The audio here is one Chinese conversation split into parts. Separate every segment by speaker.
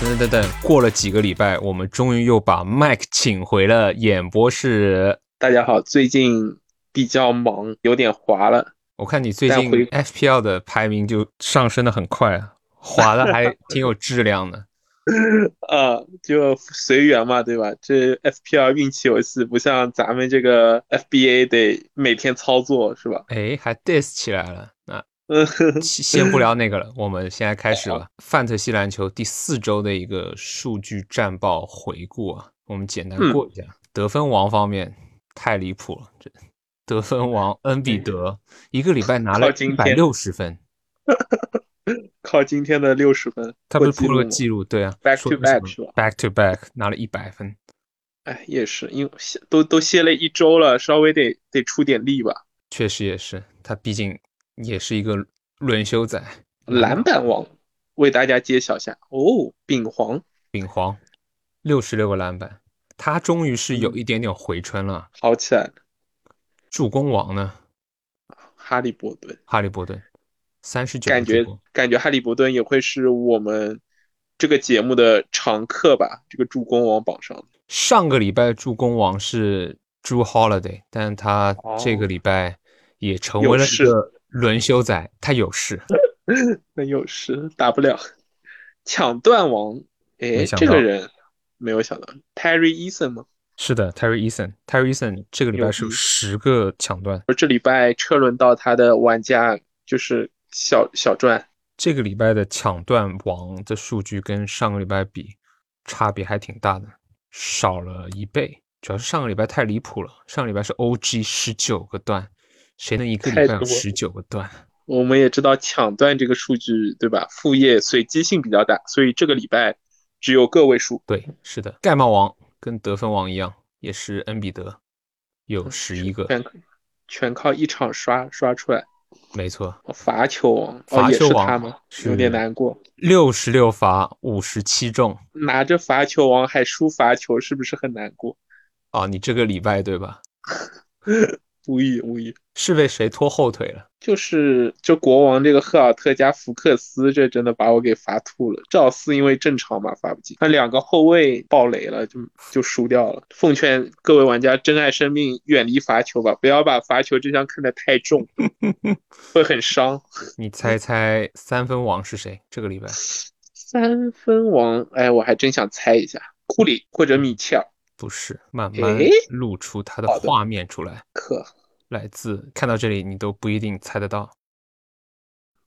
Speaker 1: 等等等等，过了几个礼拜，我们终于又把 Mike 请回了演播室。
Speaker 2: 大家好，最近比较忙，有点滑了。
Speaker 1: 我看你最
Speaker 2: 但
Speaker 1: 近
Speaker 2: 回
Speaker 1: FPL 的排名就上升的很快啊，滑的 还挺有质量的。
Speaker 2: 呃，就随缘嘛，对吧？这 FPL 运气游戏不像咱们这个 FBA 得每天操作，是吧？
Speaker 1: 哎，还 diss 起来了。那
Speaker 2: 嗯，
Speaker 1: 先先不聊那个了，我们现在开始吧。范特西篮球第四周的一个数据战报回顾啊，我们简单
Speaker 2: 嗯
Speaker 1: 过一下。得分王方面太离谱了，这得分王恩比德一个礼拜拿了
Speaker 2: 靠
Speaker 1: 一
Speaker 2: 今
Speaker 1: 百
Speaker 2: 天
Speaker 1: 六十分，
Speaker 2: 靠今天的六十分
Speaker 1: 他不
Speaker 2: 破
Speaker 1: 是
Speaker 2: 纪
Speaker 1: 破
Speaker 2: 录
Speaker 1: 了
Speaker 2: 吗
Speaker 1: 个记录？对啊
Speaker 2: Back
Speaker 1: 说
Speaker 2: to
Speaker 1: 的什
Speaker 2: back
Speaker 1: 么
Speaker 2: 是吧
Speaker 1: ？Back to back 拿了一百分。
Speaker 2: 哎，也是，因为歇都都歇了一周了，稍微得得出点力吧。
Speaker 1: 确实也是，他毕竟也是一个轮休仔，嗯
Speaker 2: 篮板王为大家揭晓下哦，丙皇
Speaker 1: 六十六个篮板，他终于是
Speaker 2: 嗯
Speaker 1: 有一点点回春了。
Speaker 2: 好起来了，
Speaker 1: 助攻王呢，
Speaker 2: 哈利伯顿，
Speaker 1: 哈利伯顿三十九
Speaker 2: 感觉感觉哈利伯顿也会是我们这个节目的常客吧，这个助攻王榜上。
Speaker 1: 上个礼拜助攻王是 Drew Holiday，但他这个礼拜也成为了一
Speaker 2: 哦有
Speaker 1: 个轮休仔，他有 事。
Speaker 2: 那有时打不了，抢断王，
Speaker 1: 没
Speaker 2: 哎，
Speaker 1: 想
Speaker 2: 这
Speaker 1: 到
Speaker 2: 个人没有想到，Terry Eason 吗？
Speaker 1: 是的，Terry Eason，Terry Eason 这个礼拜
Speaker 2: 牛
Speaker 1: 是有
Speaker 2: 逼
Speaker 1: 十个抢断，
Speaker 2: 这礼拜车轮到他的玩家就是小小赚，
Speaker 1: 这个礼拜的抢断王的数据跟上个礼拜比，差别还挺大的，少了一倍。主要是上个礼拜太离谱了，上个礼拜是 OG 十九个段，谁能一个礼
Speaker 2: 太
Speaker 1: 拜有
Speaker 2: 多了
Speaker 1: 十九个段？
Speaker 2: 我们也知道抢断这个数据对吧？副业随机性比较大，所以这个礼拜只有个位数。
Speaker 1: 对，是的，盖帽王跟得分王一样，也是恩比德，
Speaker 2: 嗯
Speaker 1: 有十一个，
Speaker 2: 全全靠一场刷刷出来。哦
Speaker 1: 没错，
Speaker 2: 罚球王
Speaker 1: 罚
Speaker 2: 哦，也
Speaker 1: 球
Speaker 2: 是
Speaker 1: 王
Speaker 2: 他吗？
Speaker 1: 是
Speaker 2: 有点难过，
Speaker 1: 六十六罚五十七中
Speaker 2: 拿着罚球王还输罚球，是不是很难过？
Speaker 1: 啊！你这个礼拜对吧？
Speaker 2: 无语无语。
Speaker 1: 是被谁拖后腿了？
Speaker 2: 就是就国王这个赫尔特加福克斯，这真的把我给罚吐了。赵四因为正常嘛罚不进，那两个后卫爆雷了，就就输掉了。奉劝各位玩家珍爱生命，远离罚球吧，不要把罚球这项看得太重，会很伤。
Speaker 1: 你猜
Speaker 2: 嗯
Speaker 1: 猜三分王是谁？这个礼拜
Speaker 2: 三分王，哎，我还真想猜一下，库里或者米切尔。
Speaker 1: 不是，慢慢
Speaker 2: 诶
Speaker 1: 露出它的
Speaker 2: 好的
Speaker 1: 画面出来，
Speaker 2: 可
Speaker 1: 来自看到这里你都不一定猜得到，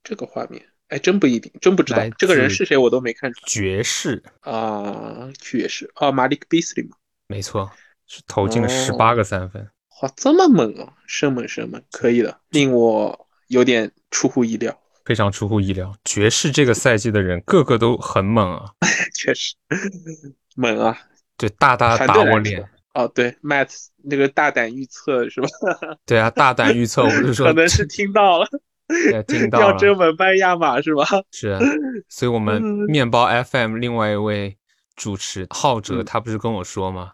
Speaker 2: 这个画面，哎，真不一定，真不知道
Speaker 1: 来
Speaker 2: 这个人
Speaker 1: 自
Speaker 2: 是谁，我都没看出
Speaker 1: 爵士，
Speaker 2: 来啊。爵士啊，马里克·比斯利嘛，
Speaker 1: 没错，是投进了十
Speaker 2: 哦
Speaker 1: 八个三分。
Speaker 2: 哇，这么猛啊，生猛生猛，可以的，令我有点出乎意料，
Speaker 1: 非常出乎意料，爵士这个赛季的人个个都很猛啊，
Speaker 2: 确实猛啊。
Speaker 1: 就大 大
Speaker 2: 团
Speaker 1: 打
Speaker 2: 队
Speaker 1: 我
Speaker 2: 来
Speaker 1: 脸
Speaker 2: 说。哦，对，Matt 那个大胆预测是吧？
Speaker 1: 对啊，大胆预测，我就 说
Speaker 2: 可能是听到了，
Speaker 1: 对听到
Speaker 2: 要
Speaker 1: 了
Speaker 2: 追门班亚马是吧？
Speaker 1: 是啊，所以我们
Speaker 2: 嗯
Speaker 1: 面包 FM 另外一位主持浩哲，
Speaker 2: 嗯
Speaker 1: 他不是跟我说吗？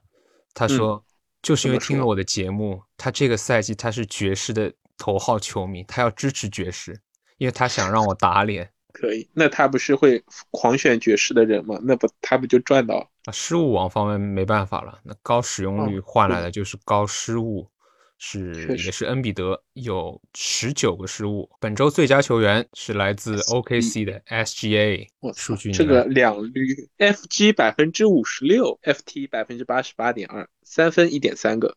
Speaker 1: 他
Speaker 2: 嗯
Speaker 1: 说就是因为
Speaker 2: 怎么
Speaker 1: 听了
Speaker 2: 说
Speaker 1: 我的节目，他这个赛季他是爵士的头号球迷，他要支持爵士，因为他想让我打脸
Speaker 2: 可以，那他不是会狂选爵士的人吗？那不他不就赚到了？
Speaker 1: 啊。失误王方面没办法了，那高使用率
Speaker 2: 哦
Speaker 1: 换
Speaker 2: 是
Speaker 1: 来的就是高失误。是，
Speaker 2: 确
Speaker 1: 也
Speaker 2: 实
Speaker 1: 是恩比德有十九个失误。本周最佳球员是来自 OKC 的 SGA，
Speaker 2: 我操
Speaker 1: 数据
Speaker 2: 这
Speaker 1: 你来
Speaker 2: 个两率，FG 百分之五十六，FT 百分之八十八点二，三分一点三个，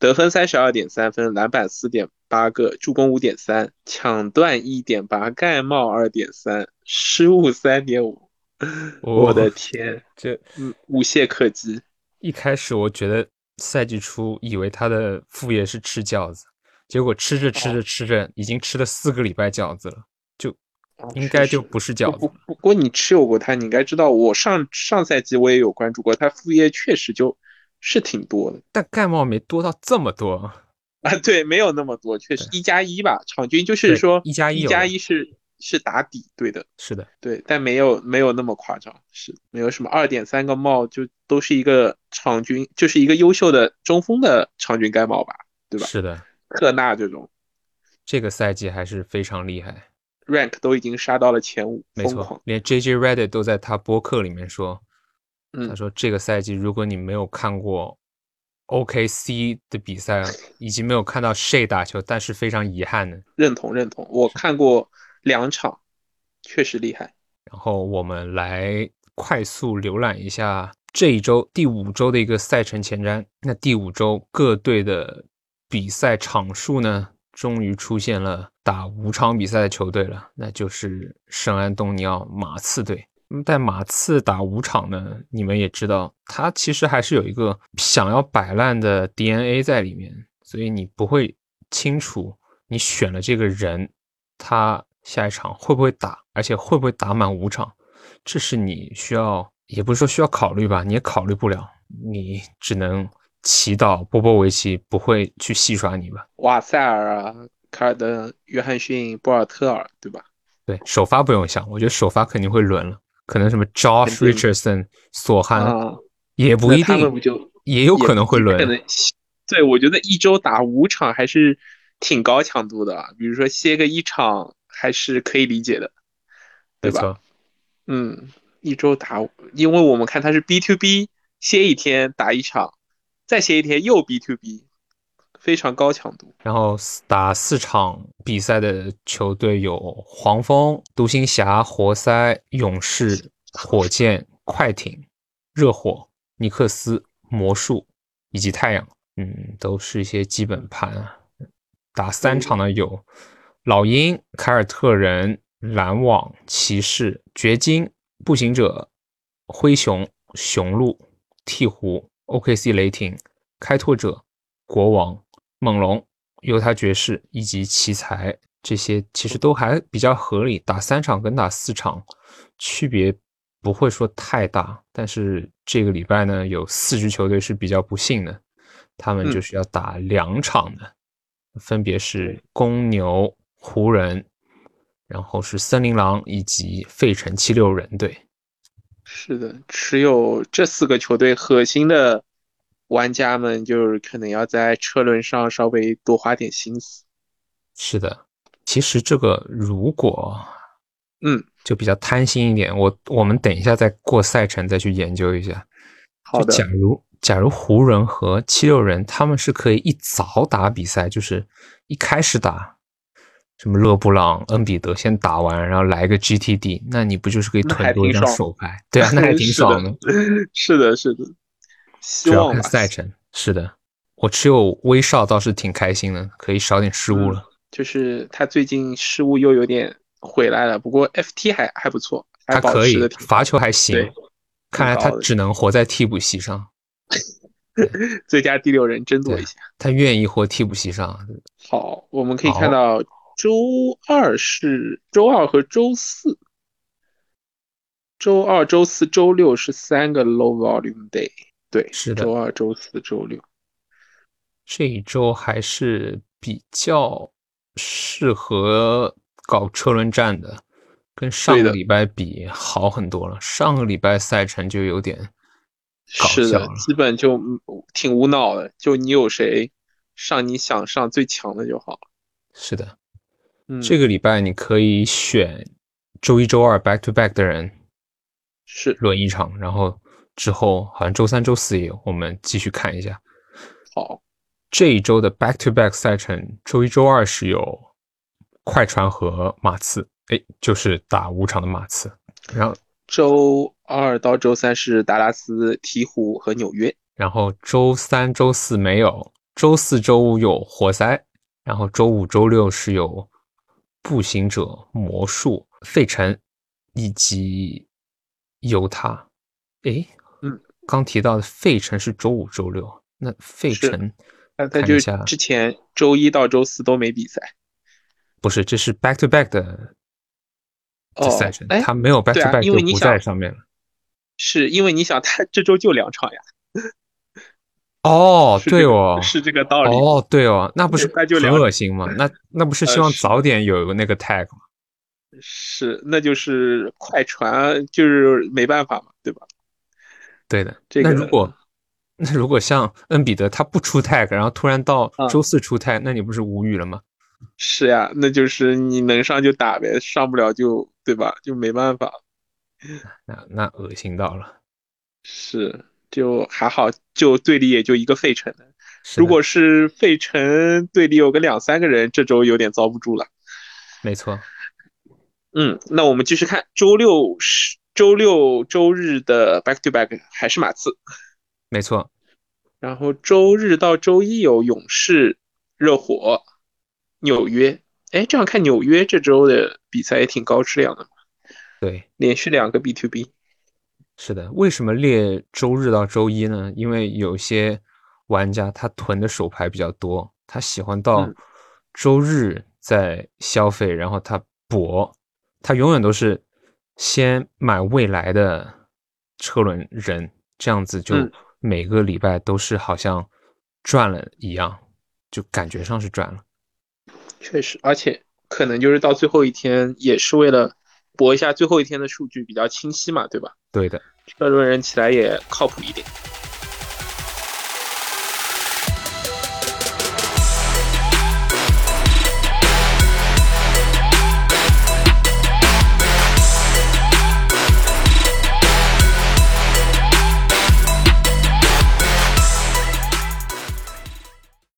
Speaker 2: 得分三十二点三分，篮板四点八个，助攻五点三，抢断一点八，盖帽二点三，失误三点五。我
Speaker 1: 哦
Speaker 2: 的天，
Speaker 1: 这
Speaker 2: 嗯，无懈可击。
Speaker 1: 一开始我觉得赛季初以为他的副业是吃饺子，结果吃着吃着吃着，已经吃了四个礼拜饺子了，就
Speaker 2: 哦
Speaker 1: 应该
Speaker 2: 确
Speaker 1: 就
Speaker 2: 实
Speaker 1: 不是
Speaker 2: 不
Speaker 1: 饺
Speaker 2: 不
Speaker 1: 子。
Speaker 2: 不过你持有过他，你应该知道，我上上赛季我也有关注过他，副业确实就是挺多的
Speaker 1: 但盖帽没多到这么多，
Speaker 2: 啊，对，没有那么多，确实一加一吧，场均就是说
Speaker 1: 对一加一
Speaker 2: 一
Speaker 1: 有
Speaker 2: 加
Speaker 1: 的
Speaker 2: 一是是打底，对的，
Speaker 1: 是的，
Speaker 2: 对，但没有没有那么夸张，是没有什么二点三个帽，就都是一个场均，就是一个优秀的中锋的场均盖帽吧，对吧？
Speaker 1: 是的，
Speaker 2: 克纳这种，
Speaker 1: 这个赛季还是非常厉害。
Speaker 2: rank 都已经杀到了前五，
Speaker 1: 没
Speaker 2: 疯狂
Speaker 1: 错，。连 J.J. Reddit 都在他播客里面说，他
Speaker 2: 嗯，
Speaker 1: 说这个赛季如果你没有看过 OKC 的比赛，以及没有看到 Shea 打球，但是非常遗憾的。
Speaker 2: 认同认同，我看过两场，确实厉害。
Speaker 1: 然后我们来快速浏览一下这一周第五周的一个赛程前瞻。那第五周各队的比赛场数呢，终于出现了打五场比赛的球队了，那就是圣安东尼奥马刺队。嗯但马刺打五场呢，你们也知道，他其实还是有一个想要摆烂的 DNA 在里面，所以你不会清楚你选了这个人，他下一场会不会打，而且会不会打满五场，这是你需要，也不是说需要考虑吧，你也考虑不了，你只能祈祷波波维奇不会去戏耍你吧。
Speaker 2: 瓦塞尔啊，卡尔登、约翰逊、博尔特尔，对吧？
Speaker 1: 对，首发不用想，我觉得首发肯定会轮了，可能什么 Josh
Speaker 2: 肯定
Speaker 1: Richardson、索
Speaker 2: 啊、
Speaker 1: 汉也不一
Speaker 2: 那他们不
Speaker 1: 定，
Speaker 2: 就
Speaker 1: 也有可能会
Speaker 2: 也可
Speaker 1: 轮。
Speaker 2: 能对，我觉得一周打五场还是挺高强度的啊，比如说歇个一场还是可以理解的，
Speaker 1: 没
Speaker 2: 对吧？
Speaker 1: 错，
Speaker 2: 嗯，一周打五，因为我们看他是 B to B，歇一天打一场，再歇一天又 B to B，非常高强度。
Speaker 1: 然后打四场比赛的球队有黄蜂、独行侠、活塞、勇士、火箭、快艇、热火、尼克斯、魔术以及太阳。嗯，都是一些基本盘啊。打三场的有老鹰、凯尔特人、篮网、骑士、掘金、步行者、灰熊、雄鹿、鹈鹕、OKC 雷霆、开拓者、国王、猛龙、犹他爵士以及奇才，这些其实都还比较合理。打三场跟打四场区别不会说太大，但是这个礼拜呢，有四支球队是比较不幸的，他们
Speaker 2: 嗯
Speaker 1: 就是要打两场的，分别是公牛、湖人，然后是森林狼以及费城七六人队。
Speaker 2: 是的，持有这四个球队核心的玩家们，就是可能要在车轮上稍微多花点心思。
Speaker 1: 是的，其实这个如果
Speaker 2: 嗯，
Speaker 1: 就比较贪心一点，我我们等一下再过赛程再去研究一下。
Speaker 2: 好
Speaker 1: 就
Speaker 2: 的
Speaker 1: 假，如假如湖人和七六人他们是可以一早打比赛，就是一开始打，什么勒布朗、恩比德先打完，然后来个 GTD，那你不就是可以
Speaker 2: 那还
Speaker 1: 囤多一
Speaker 2: 挺
Speaker 1: 张
Speaker 2: 爽
Speaker 1: 手牌？对 啊，那还挺
Speaker 2: 是
Speaker 1: 爽的。
Speaker 2: 是的，是的，希
Speaker 1: 主要
Speaker 2: 望吧
Speaker 1: 看，赛程。是的，我持有威少倒是挺开心的，可以少点失误
Speaker 2: 嗯
Speaker 1: 了。
Speaker 2: 就是他最近失误又有点回来了，不过 FT 还还不错，嗯还
Speaker 1: 他
Speaker 2: 保
Speaker 1: 可以
Speaker 2: 持的挺
Speaker 1: 罚球还行
Speaker 2: 对，
Speaker 1: 看来
Speaker 2: 挺
Speaker 1: 他
Speaker 2: 高的
Speaker 1: 只能活在替补席上。
Speaker 2: 最佳第六人争夺一下。
Speaker 1: 他愿意活替补席上，
Speaker 2: 好，我们可以
Speaker 1: 好
Speaker 2: 看到周二是周二和周四，周二、周四、周六是三个 low volume day。对，
Speaker 1: 是的
Speaker 2: 周二、周四、周六。
Speaker 1: 这一周还是比较适合搞车轮战的，跟上
Speaker 2: 对
Speaker 1: 个
Speaker 2: 的
Speaker 1: 礼拜比好很多了。上个礼拜赛程就有点搞
Speaker 2: 是
Speaker 1: 笑
Speaker 2: 的
Speaker 1: 了，
Speaker 2: 基本就嗯挺无脑的，就你有谁上你想上最强的就好了。
Speaker 1: 是的，
Speaker 2: 嗯，
Speaker 1: 这个礼拜你可以选周一、周二 back to back 的人
Speaker 2: 是
Speaker 1: 轮一场，然后之后好像周三、周四也有，我们继续看一下。
Speaker 2: 好，
Speaker 1: 这一周的 back to back 赛程，周一、周二是有快船和马刺，哎，就是打五场的马刺。然后，
Speaker 2: 周二到周三是达拉斯、鹈鹕和纽约。
Speaker 1: 然后周三、周四没有，周四周五有活塞，然后周五、周六是有步行者、魔术、费城以及犹他。哎，
Speaker 2: 嗯，
Speaker 1: 刚提到的费城是周五、周六，那费
Speaker 2: 是
Speaker 1: 城
Speaker 2: 那他
Speaker 1: 看
Speaker 2: 就
Speaker 1: 一下
Speaker 2: 之前周一到周四都没比赛。
Speaker 1: 不是，这是 back to back 的
Speaker 2: 哦
Speaker 1: 赛程，，
Speaker 2: 哎，
Speaker 1: 他没有 back to
Speaker 2: 对啊
Speaker 1: back
Speaker 2: 因为
Speaker 1: 就
Speaker 2: 你
Speaker 1: 不在
Speaker 2: 想
Speaker 1: 上面了。
Speaker 2: 是因为你想，他这周就两场呀。
Speaker 1: 哦，
Speaker 2: 是这
Speaker 1: 对
Speaker 2: 个
Speaker 1: 哦，
Speaker 2: 是这个道理。
Speaker 1: 哦，对哦，那不是
Speaker 2: 对那就
Speaker 1: 很
Speaker 2: 两
Speaker 1: 恶心吗？那那不是希
Speaker 2: 呃
Speaker 1: 望
Speaker 2: 是
Speaker 1: 早点有那个 tag 吗？
Speaker 2: 是，那就是快船，就是没办法嘛，对吧？
Speaker 1: 对的。
Speaker 2: 这
Speaker 1: 那
Speaker 2: 个
Speaker 1: 如果那如果像恩比德他不出 tag，然后突然到
Speaker 2: 嗯
Speaker 1: 周四出 tag，那你不是无语了吗？
Speaker 2: 是呀，那就是你能上就打呗，上不了就对吧？就没办法。
Speaker 1: 那那恶心到了。
Speaker 2: 是，就还好，就队里也就一个费城的。
Speaker 1: 是
Speaker 2: 如
Speaker 1: 的
Speaker 2: 果是费城队里有个两三个人，这周有点遭不住了。
Speaker 1: 没错，
Speaker 2: 嗯，那我们继续看周六是周六周日的 back to back 还是马刺，
Speaker 1: 没错，
Speaker 2: 然后周日到周一有勇士、热火、纽约。哎，这样看纽约这周的比赛也挺高质量的，
Speaker 1: 对，
Speaker 2: 连续两个 B to B。
Speaker 1: 是的。为什么列周日到周一呢？因为有些玩家他囤的手牌比较多，他喜欢到
Speaker 2: 嗯
Speaker 1: 周日再消费，然后他搏，他永远都是先买未来的车轮人，这样子就
Speaker 2: 嗯
Speaker 1: 每个礼拜都是好像赚了一样，就感觉上是赚了。
Speaker 2: 确实，而且可能就是到最后一天，也是为了搏一下最后一天的数据比较清晰嘛，对吧？
Speaker 1: 对的，
Speaker 2: 车轮人起来也靠谱一点。